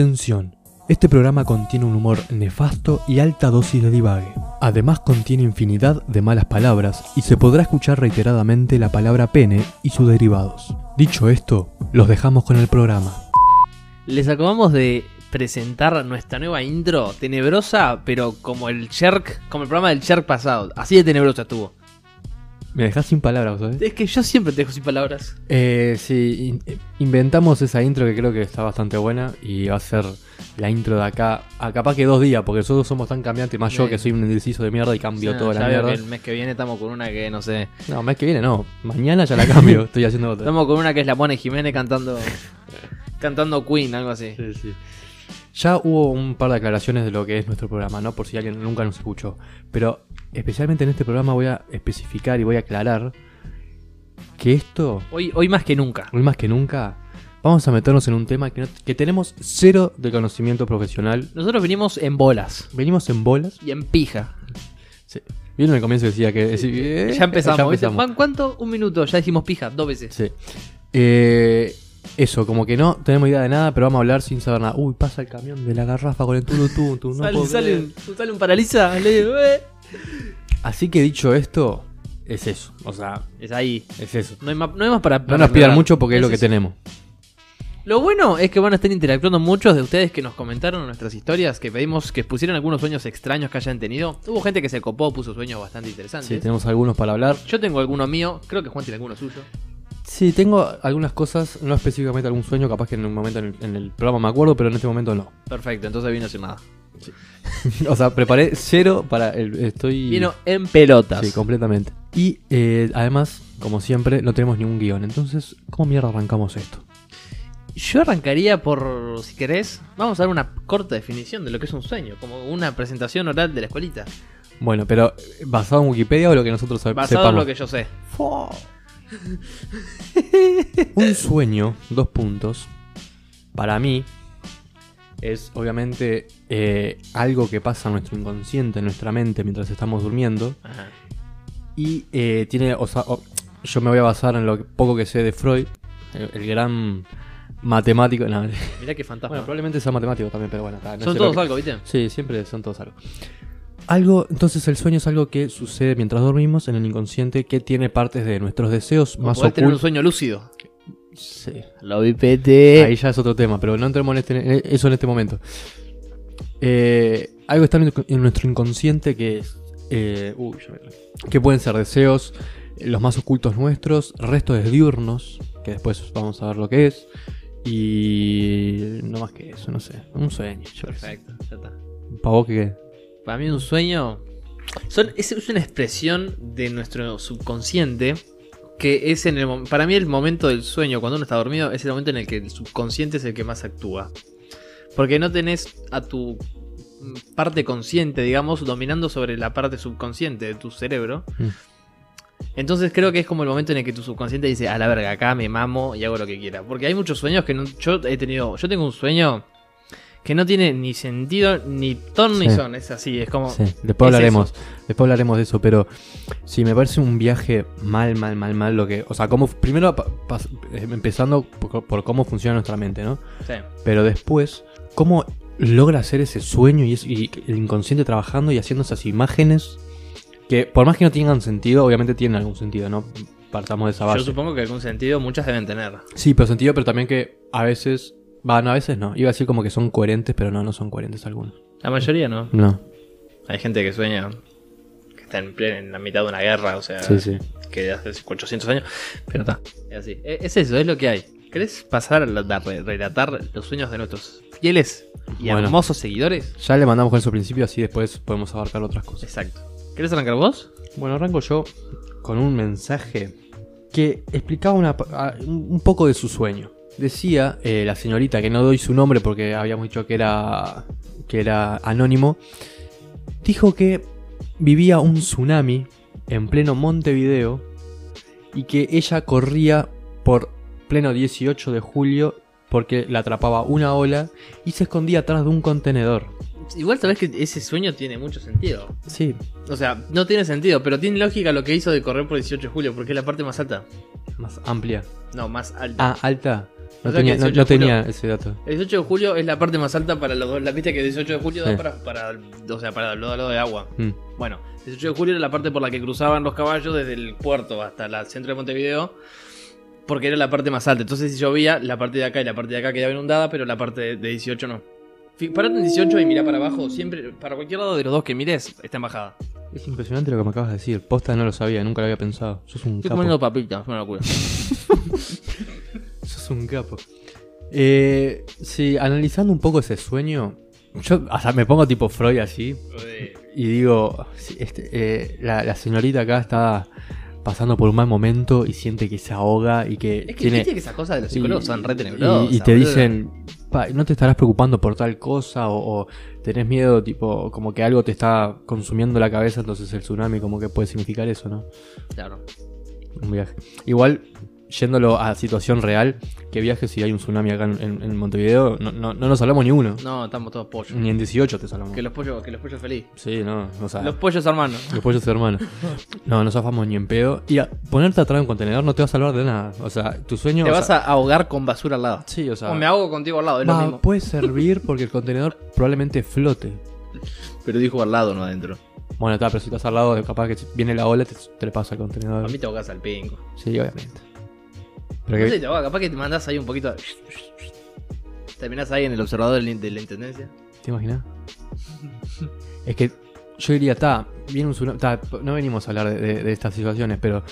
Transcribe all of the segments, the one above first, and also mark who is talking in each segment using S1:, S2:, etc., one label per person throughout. S1: Atención, este programa contiene un humor nefasto y alta dosis de divague. Además contiene infinidad de malas palabras y se podrá escuchar reiteradamente la palabra pene y sus derivados. Dicho esto, los dejamos con el programa.
S2: Les acabamos de presentar nuestra nueva intro, tenebrosa, pero como el Sherk, como el programa del Sherk pasado. Así de tenebrosa estuvo.
S1: Me dejás sin palabras, ¿sabes?
S2: Es que yo siempre te dejo sin palabras.
S1: Eh, sí, in- eh, inventamos esa intro que creo que está bastante buena y va a ser la intro de acá a capaz que dos días, porque nosotros somos tan cambiantes, más yo
S2: Bien.
S1: que soy un indeciso de mierda y cambio
S2: Ya-
S1: toda
S2: Ah, ya
S1: la
S2: veo
S1: mierda.
S2: que el mes que viene estamos con una que no sé.
S1: No, mes que viene no, mañana ya la cambio, estoy haciendo otra.
S2: Estamos con una que es la Mone Jiménez cantando cantando Queen, algo así.
S1: Sí, sí. Ya hubo un par de aclaraciones de lo que es nuestro programa, ¿no? Por si alguien nunca nos escuchó. Pero especialmente en este programa voy a especificar y voy a aclarar que esto,
S2: Hoy, hoy más que nunca.
S1: hoy más que nunca, vamos a meternos en un tema que, no- que tenemos cero de conocimiento profesional.
S2: Nosotros vinimos en bolas
S1: Venimos en bolas.
S2: y en pija.
S1: Vieron al comienzo que decía que... decí- eh,
S2: Ya empezamos.
S1: ya
S2: ¿viste?
S1: empezamos.
S2: Juan, ¿Cuánto? Un minuto, ya dijimos pija, dos veces.
S1: Sí. Eh, eso, como que no tenemos idea de nada, pero vamos a hablar sin saber nada. Uy, pasa el camión de la garrafa con el turutun. No
S2: sale,
S1: puedo
S2: sale
S1: creer.
S2: un, sale un paraliza. le digo, eh.
S1: Así que dicho esto, es eso. O sea,
S2: Es ahí.
S1: es eso.
S2: No hay más, no hay más para.
S1: No
S2: para
S1: nos pidan
S2: aclarar.
S1: mucho porque es lo que
S2: eso.
S1: tenemos.
S2: Lo bueno es que van a estar interactuando muchos de ustedes que nos comentaron en nuestras historias, que pedimos que pusieran algunos sueños extraños que hayan tenido. Hubo gente que se copó, puso sueños bastante interesantes.
S1: Sí, tenemos algunos para hablar.
S2: Yo tengo alguno mío, creo que Juan tiene alguno suyo.
S1: Sí, tengo algunas cosas, no específicamente algún sueño, capaz que en un momento en el, en el programa me acuerdo, pero en este momento no.
S2: Perfecto, entonces vino sin nada.
S1: o sea, preparé cero para el. Estoy.
S2: Vino en pelotas.
S1: Sí, completamente. Y eh, además, como siempre, no tenemos ningún guión. Entonces, ¿cómo mierda arrancamos esto?
S2: Yo arrancaría por, si querés, vamos a dar una corta definición de lo que es un sueño, como una presentación oral de la escuelita,
S1: Bueno, pero eh, ¿basado en Wikipedia o lo que nosotros sab-
S2: basado
S1: sepamos?
S2: en lo que yo sé.
S1: Un sueño, dos puntos, para mí es obviamente eh, algo que pasa en nuestro inconsciente, en nuestra mente mientras estamos durmiendo.
S2: Ajá.
S1: Y eh, tiene, o sea, o- yo me voy a basar en lo que- poco que sé de Freud, el, el gran matemático. no,
S2: Mirá qué fantasma.
S1: bueno, probablemente sea matemático también, pero bueno, está, no
S2: Son
S1: sé lo
S2: todos
S1: que-
S2: algo, ¿viste?
S1: Sí, siempre son todos algo. Algo, entonces el sueño es algo que sucede mientras dormimos en el inconsciente que tiene partes de nuestros deseos
S2: Más
S1: más
S2: tener un
S1: ocultos.
S2: sueño lúcido.
S1: Sí. Eh,
S2: Lo vi, pete.
S1: Ahí ya es otro tema, pero no entremos en, este- en eso en este momento. Eh, algo está en, en nuestro inconsciente que es. eh, uy, ya me trabé. Que pueden ser deseos, eh, los más ocultos nuestros, restos de diurnos, que después vamos a ver lo que es. Y. No más que eso, no sé. Un sueño. yo qué sé.
S2: Perfecto, ya está.
S1: ¿Pa' vos qué?
S2: Para mí un sueño son- es, es una expresión de nuestro subconsciente que es en el mom- para mí el momento del sueño cuando uno está dormido es el momento en el que el subconsciente es el que más actúa porque no tenés a tu mm, parte consciente digamos dominando sobre la parte subconsciente de tu cerebro
S1: Mm.
S2: entonces creo que es como el momento en el que tu subconsciente dice a la verga acá me mamo y hago lo que quiera porque hay muchos sueños que no- yo he tenido yo tengo un sueño que no tiene ni sentido ni ton ni
S1: Sí.
S2: son es así es como
S1: Sí, después
S2: es
S1: hablaremos. Después hablaremos de eso, pero sí, me parece un viaje mal, mal, mal, mal lo que. O sea, como primero pa- pas- eh, empezando por, por cómo funciona nuestra mente, ¿no?
S2: Sí.
S1: Pero después, cómo logra hacer ese sueño y, es- y el inconsciente trabajando y haciendo esas imágenes que por más que no tengan sentido, obviamente tienen algún sentido, ¿no? Partamos de esa
S2: Yo
S1: base.
S2: supongo que algún sentido muchas deben tener.
S1: Sí, pero sentido, pero también que a veces. Va, no, a veces no. Iba a decir como que son coherentes, pero no, no son coherentes algunos.
S2: La mayoría no.
S1: No.
S2: Hay gente que sueña que está en, plena- en la mitad de una guerra, o sea,
S1: Sí, sí.
S2: que hace 800 años. Pero está. Es así. E- Es eso, es lo que hay. ¿Querés pasar a, la- a re- relatar los sueños de nuestros fieles y
S1: Bueno.
S2: hermosos seguidores?
S1: Ya le mandamos con eso al principio, así después podemos abarcar otras cosas.
S2: Exacto. ¿Querés arrancar vos?
S1: Bueno, arranco yo con un mensaje que explicaba una pa- a- un un poco de su sueño. Decía eh, la señorita, que no doy su nombre porque habíamos dicho que era, que era anónimo, dijo que vivía un tsunami en pleno Montevideo y que ella corría por pleno 18 de julio porque la atrapaba una ola y se escondía atrás de un contenedor.
S2: Igual sabés que ese sueño tiene mucho sentido.
S1: Sí,
S2: O sea, no tiene sentido, pero tiene lógica lo que hizo de correr por 18 de julio, porque es la parte más alta.
S1: más amplia.
S2: No, más alta.
S1: Ah, alta. No
S2: O sea que
S1: tenía, no-
S2: 18
S1: no
S2: de julio.
S1: tenía ese dato.
S2: El 18 de julio es la parte más alta para los dos. La viste que el 18 de julio
S1: Sí.
S2: da para, para- O sea, para los dos lados de agua.
S1: Mm.
S2: Bueno, el 18 de julio era la parte por la que cruzaban los caballos desde el puerto hasta el centro de Montevideo. Porque era la parte más alta. Entonces, si llovía, la parte de acá y la parte de acá quedaba inundada, pero la parte de- de 18 no. Fi- Parate en 18 y mirá para abajo. Siempre, para cualquier lado de los dos que mires, está embajada.
S1: Es impresionante lo que me acabas de decir. Posta no lo sabía, nunca lo había pensado. Sos un
S2: Estoy
S1: capo.
S2: comiendo papitas, es una locura.
S1: Sos un capo. Eh, sí, analizando un poco ese sueño, yo hasta me pongo tipo Freud así
S2: Eh,
S1: y digo, sí, este, eh, la, la señorita acá está pasando por un mal momento y siente que se ahoga y que
S2: Es que
S1: tiene...
S2: viste que esas cosas de los psicólogos
S1: y-
S2: son re tenebrosas.
S1: y, y te
S2: boludo.
S1: dicen, "Pa, no te estarás preocupando por tal cosa o, o tenés miedo, tipo, como que algo te está consumiendo la cabeza, entonces el tsunami como que puede significar eso, ¿no?
S2: Claro.
S1: Un viaje. Igual, yéndolo a situación real, que viaje si hay un tsunami acá en, en- en Montevideo, no, no, no nos salvamos ni uno.
S2: No, estamos todos pollos.
S1: Ni en 18 te salvamos.
S2: Que los pollos, que los pollos feliz.
S1: Sí, no, o sea, los...
S2: Los pollos hermanos.
S1: pollos hermanos. No, no zafamos ni en pedo. Y a- ponerte atrás de un contenedor no te va a salvar de nada. O sea, tu sueño...
S2: Te
S1: o
S2: vas
S1: sea-
S2: a ahogar con basura al lado.
S1: Sí, o sea...
S2: O me ahogo contigo al lado, es lo
S1: va,
S2: mismo.
S1: puede servir porque el contenedor probablemente flote.
S2: Pero dijo al lado, no adentro.
S1: Bueno, está, pero si estás al lado, capaz que viene la ola, te trepas al contenedor.
S2: A mí te ahogas al pingo.
S1: Sí, obviamente. Pero
S2: No
S1: que...
S2: sé, te ahogas, capaz que te mandás ahí un poquito. de- Terminás ahí en el observador del- de la intendencia.
S1: ¿Te imaginas? es que yo diría, ta, viene un tsunami. ta, no venimos a hablar de, de- de estas situaciones, pero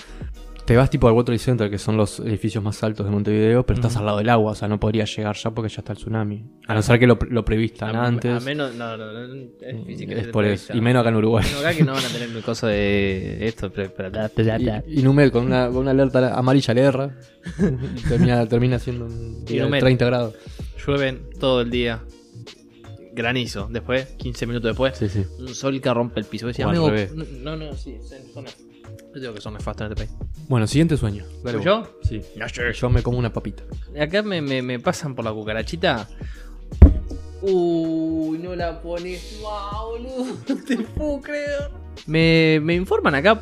S1: te vas tipo al World Trade Center, que son los edificios más altos de Montevideo, pero estás
S2: Ujú.
S1: al lado del agua, o sea, no podrías llegar ya porque ya está el tsunami. A no ser que lo, pre- lo
S2: A,
S1: previstan
S2: a
S1: antes. Eh,
S2: menos. No, no, no, no, Es difícil que
S1: es
S2: te
S1: por
S2: prevista.
S1: eso. Y menos acá en Uruguay.
S2: Bueno, acá que no van a tener mi cosa de esto. pero- pero-
S1: Y, y Numel con una, con una alerta amarilla le erra. Y termina, termina siendo un día de
S2: Numel.
S1: 30 grados.
S2: Llueven todo el día. Granizo. Después, 15 minutos después,
S1: Sí, sí.
S2: un sol que rompe el piso. Decía,
S1: O al
S2: amigo,
S1: revés.
S2: no, no, sí, son, son- Yo digo que son nefastos en este país.
S1: Bueno, siguiente sueño. Dale vos.
S2: ¿Soy yo?
S1: Sí.
S2: No, yo,
S1: Yo me como una papita.
S2: Acá me, me- me pasan por la cucarachita. Uy, no la pones. ¡Wow, boludo! No te puedo creer. Me, me informan acá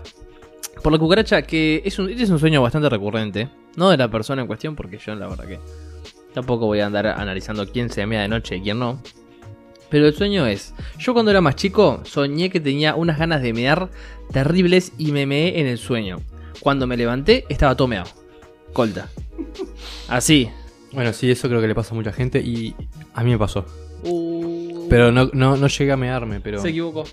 S2: por la cucaracha que es un, este es un sueño bastante recurrente. No de la persona en cuestión, porque yo la verdad que tampoco voy a andar analizando quién se mea de noche y quién no. Pero el sueño es, yo cuando era más chico soñé que tenía unas ganas de mear terribles y me meé en el sueño. Cuando me levanté estaba todo meado. Colta. Así,
S1: Bueno, sí, eso creo que le pasa a mucha gente y a mí me pasó.
S2: Uh,
S1: Pero no, no, no llegué a mearme, pero...
S2: se equivocó.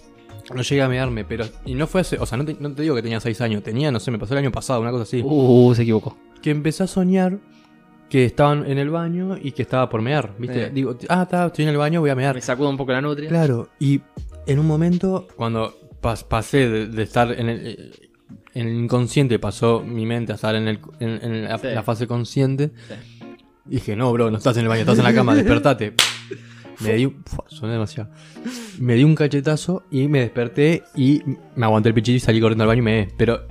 S1: No llegué a mearme, pero... Y no fue hace... O sea, no te, no te digo que tenía 6 años. Tenía, no sé, me pasó el año pasado, una cosa así.
S2: Uh, se equivocó.
S1: Que empecé a soñar que estaban en el baño y que estaba por mear, ¿viste?
S2: Eh.
S1: Digo, ah, está, estoy en el baño, voy a mear.
S2: Me sacudo un poco la nutria.
S1: Claro, y en un momento, cuando pas- pasé de, de estar en el, eh, en el inconsciente, pasó mi mente a estar en, el- en- en la,
S2: Sí.
S1: la fase consciente,
S2: Sí.
S1: dije, no, bro, no estás en el baño, estás en la cama, despertate. Me di un... fua, Soné demasiado. Me di un cachetazo y me desperté y me aguanté el pichillo y salí corriendo al baño y me... Pero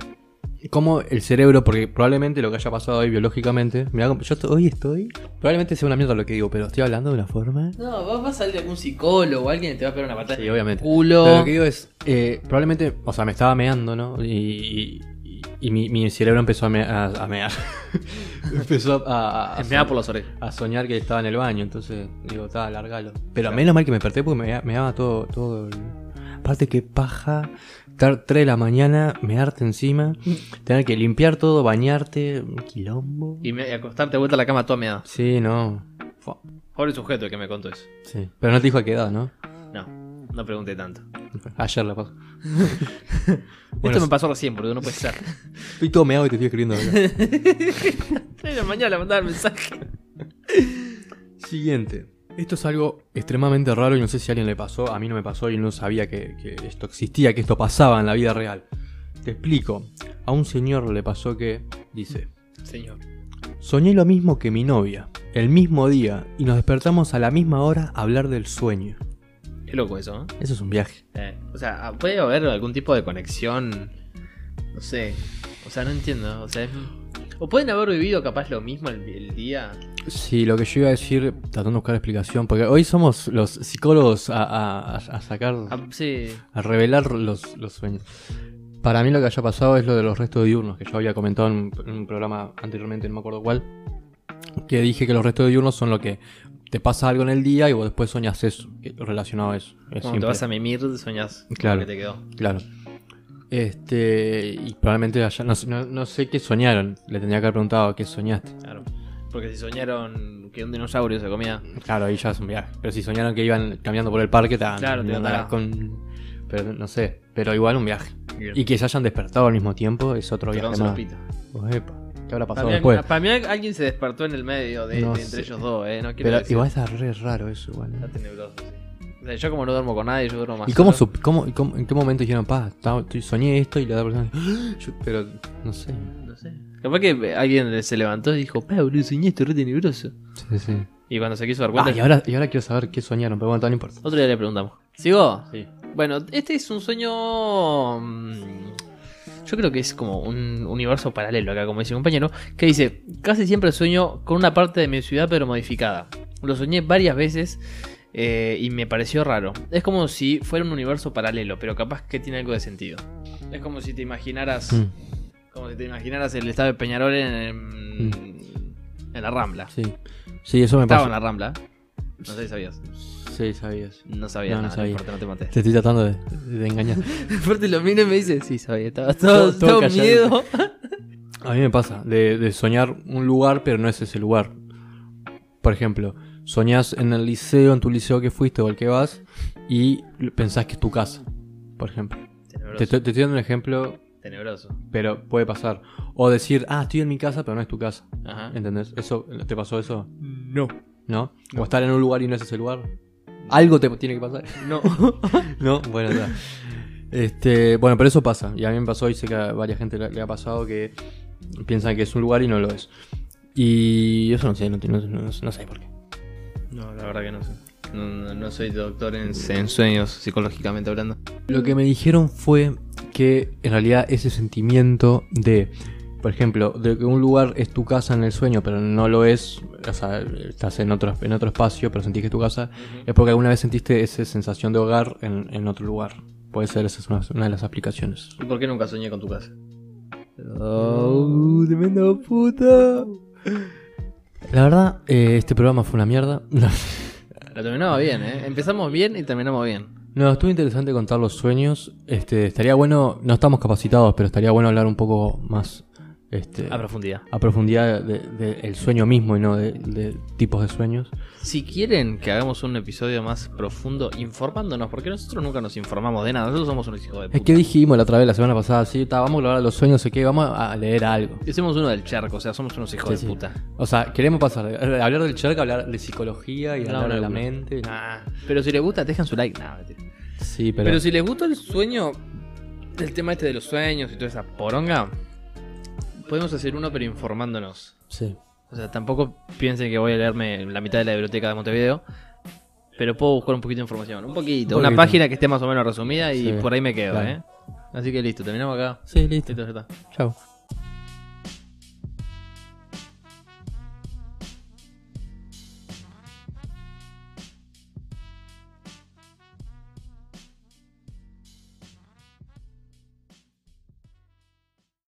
S1: como el cerebro, porque probablemente lo que haya pasado hoy biológicamente... mirá cómo- yo estoy- hoy estoy... Probablemente sea una mierda lo que digo, pero estoy hablando de una forma...
S2: No, vas, vas a salir algún psicólogo, alguien que te va a pegar una patada.
S1: Sí, obviamente.
S2: Culo.
S1: Pero lo que digo es, eh, probablemente, o sea, me estaba meando, ¿no? Y, y- y mi, mi cerebro empezó a, me- a- a mear. empezó a, a,
S2: Me da por las orejas.
S1: a soñar que estaba en el baño, entonces digo, está, largalo. Pero menos mal que me desperté porque me, me daba todo, todo el... Aparte que paja, estar 3 de la mañana, mearte encima, tener que limpiar todo, bañarte, un quilombo.
S2: Y me, y acostarte de vuelta a la cama toda meada.
S1: Sí, no. Fua.
S2: Pobre sujeto el que me contó eso.
S1: Sí. Pero no te dijo a qué edad, ¿no?
S2: No, no pregunté tanto.
S1: Ayer la pasó.
S2: Esto me pasó recién, porque no puede ser.
S1: Estoy todo meado y te estoy escribiendo. acá.
S2: Tres de la mañana le mandaba el mensaje.
S1: Siguiente. Esto es algo extremadamente raro y no sé si a alguien le pasó. A mí no me pasó y no sabía que, que esto existía, que esto pasaba en la vida real. Te explico. A un señor le pasó que dice:
S2: Señor.
S1: Soñé lo mismo que mi novia, el mismo día, y nos despertamos a la misma hora a hablar del sueño.
S2: Qué loco eso, ¿eh?
S1: Eso es un viaje.
S2: Eh, O sea, puede haber algún tipo de conexión. No sé. O sea, no entiendo. O sea, es- O pueden haber vivido capaz lo mismo el, el día.
S1: Sí, lo que yo iba a decir, tratando de buscar explicación, porque hoy somos los psicólogos a, a- a sacar.
S2: Ah, sí.
S1: a revelar los, los sueños. Para mí lo que haya pasado es lo de los restos diurnos, que yo había comentado en un, en un programa anteriormente, no me acuerdo cuál, Que dije que los restos diurnos son lo que te pasa algo en el día y vos después soñas eso eh, relacionado a eso. Es
S2: Cuando te
S1: simple.
S2: vas a mimir, soñás con lo
S1: Claro.
S2: que te quedó.
S1: Claro. Este, y probablemente allá, no, sé- no- no sé qué soñaron. Le tendría que haber preguntado qué soñaste.
S2: Claro. Porque si soñaron que un dinosaurio se comía.
S1: Claro, ahí ya es un viaje. Pero si soñaron que iban caminando por el parque, ta-
S2: Claro, te
S1: nada
S2: matará.
S1: con- Pero no sé, pero igual un viaje. Y que se hayan despertado al mismo tiempo es otro
S2: Te
S1: viaje
S2: conoce los
S1: más.
S2: pitos.
S1: Pues, epa, ¿Qué habrá
S2: Para
S1: pasado
S2: mí,
S1: después?
S2: para mí alguien se despertó en el medio de,
S1: No
S2: de entre
S1: sé.
S2: ellos dos, ¿eh? No quiero
S1: Pero
S2: decir-
S1: igual está re raro eso, igual. ¿eh?
S2: Está tenebroso, sí. O sea, yo como no duermo con nadie, yo duermo más.
S1: ¿Y cómo,
S2: solo.
S1: sup- cómo, y cómo- en qué momento dijeron, pa, estaba- estoy- soñé esto y la otra persona, yo- pero no sé.
S2: No sé. Capaz que alguien se levantó y dijo, pa, boludo, soñé esto, re tenebroso.
S1: Sí, sí.
S2: Y cuando se quiso dar cuenta.
S1: Ah, y ahora, y ahora quiero saber qué soñaron, pero bueno, no importa.
S2: Otro día le preguntamos. ¿Sigo?
S1: Sí.
S2: Bueno, este es un sueño. mm, Yo creo que es como un universo paralelo acá, como dice mi compañero. Que dice: Casi siempre sueño con una parte de mi ciudad, pero modificada. Lo soñé varias veces eh, y me pareció raro. Es como si fuera un universo paralelo, pero capaz que tiene algo de sentido. Es como si te imaginaras.
S1: Mm,
S2: Como si te imaginaras el estado de Peñarol en, en- en la Rambla.
S1: Sí. Sí, eso me
S2: Estaba
S1: Mm. pasó.
S2: en la Rambla. No sé si sabías.
S1: Sí, sabías.
S2: No
S1: No,
S2: sabías
S1: no
S2: nada, no
S1: sabía.
S2: importa, no te mates.
S1: Te estoy tratando de, de engañar.
S2: Fuerte lo miro y me dice, sí, sabía, estaba todo,
S1: Todo- todo
S2: todo
S1: calladito.
S2: miedo.
S1: A mí me pasa de, de soñar un lugar, pero no es ese lugar. Por ejemplo, soñás en el liceo, en tu liceo que fuiste o al que vas, y pensás que es tu casa, por ejemplo. Te,
S2: Tenebroso.
S1: estoy- te estoy dando un ejemplo,
S2: tenebroso.
S1: pero puede pasar. O decir, ah, estoy en mi casa, pero no es tu casa.
S2: Ajá.
S1: ¿Entendés? ¿Eso, ¿Te pasó eso?
S2: No.
S1: ¿No?
S2: No.
S1: O estar en un lugar y no es ese lugar. Algo te tiene que pasar.
S2: No.
S1: No, bueno, está. Este, bueno, pero eso pasa. Y a mí me pasó y sé que a varias gente le, le ha pasado que piensan que es un lugar y no lo es. Y eso no sé, no, te- no- no- no sé por qué.
S2: No, la verdad que no sé. No, no- no soy doctor en, en sueños, psicológicamente hablando.
S1: Lo que me dijeron fue que en realidad ese sentimiento de, por ejemplo, de que un lugar es tu casa en el sueño, pero no lo es, o sea, estás en otro, en otro espacio, pero sentís que es tu casa, es porque alguna vez sentiste esa sensación de hogar en, en otro lugar. Puede ser, esa es una, una de las aplicaciones.
S2: ¿Y por qué nunca soñé con tu casa? Oh, tremendo puta.
S1: La verdad, eh, este programa fue una mierda. No,
S2: La terminamos bien, ¿eh? Empezamos bien y terminamos bien.
S1: no, estuvo interesante contar los sueños. Este, estaría bueno, no estamos capacitados, pero estaría bueno hablar un poco más este,
S2: A profundidad.
S1: a profundidad del de, el sueño mismo y no de, de tipos de sueños.
S2: Si quieren que hagamos un episodio más profundo informándonos, porque nosotros nunca nos informamos de nada, nosotros somos unos hijos de puta.
S1: Es que dijimos la otra vez, la semana pasada, sí, ta, vamos a hablar de los sueños, no sé qué, vamos a leer algo.
S2: Hicimos uno del charco, o sea, somos unos hijos
S1: Sí,
S2: de
S1: sí.
S2: puta.
S1: O sea, queremos pasar de de hablar del charco, a hablar de psicología y
S2: No,
S1: hablar
S2: no,
S1: de la
S2: no.
S1: mente.
S2: Nah, Ah, Pero si les gusta, dejan su like. Nah, mentira.
S1: Sí, pero,
S2: pero... si les gusta el sueño, el tema este de los sueños y toda esa poronga, podemos hacer uno, pero informándonos.
S1: sí.
S2: O sea, tampoco piensen que voy a leerme la mitad de la biblioteca de Montevideo. Pero puedo buscar un poquito de información, un poquito,
S1: Un
S2: una
S1: poquito.
S2: página que esté más o menos resumida y
S1: Sí,
S2: por ahí me quedo,
S1: claro.
S2: ¿eh? Así que listo, terminamos acá.
S1: Sí, listo.
S2: Listo, ya está.
S1: Chao.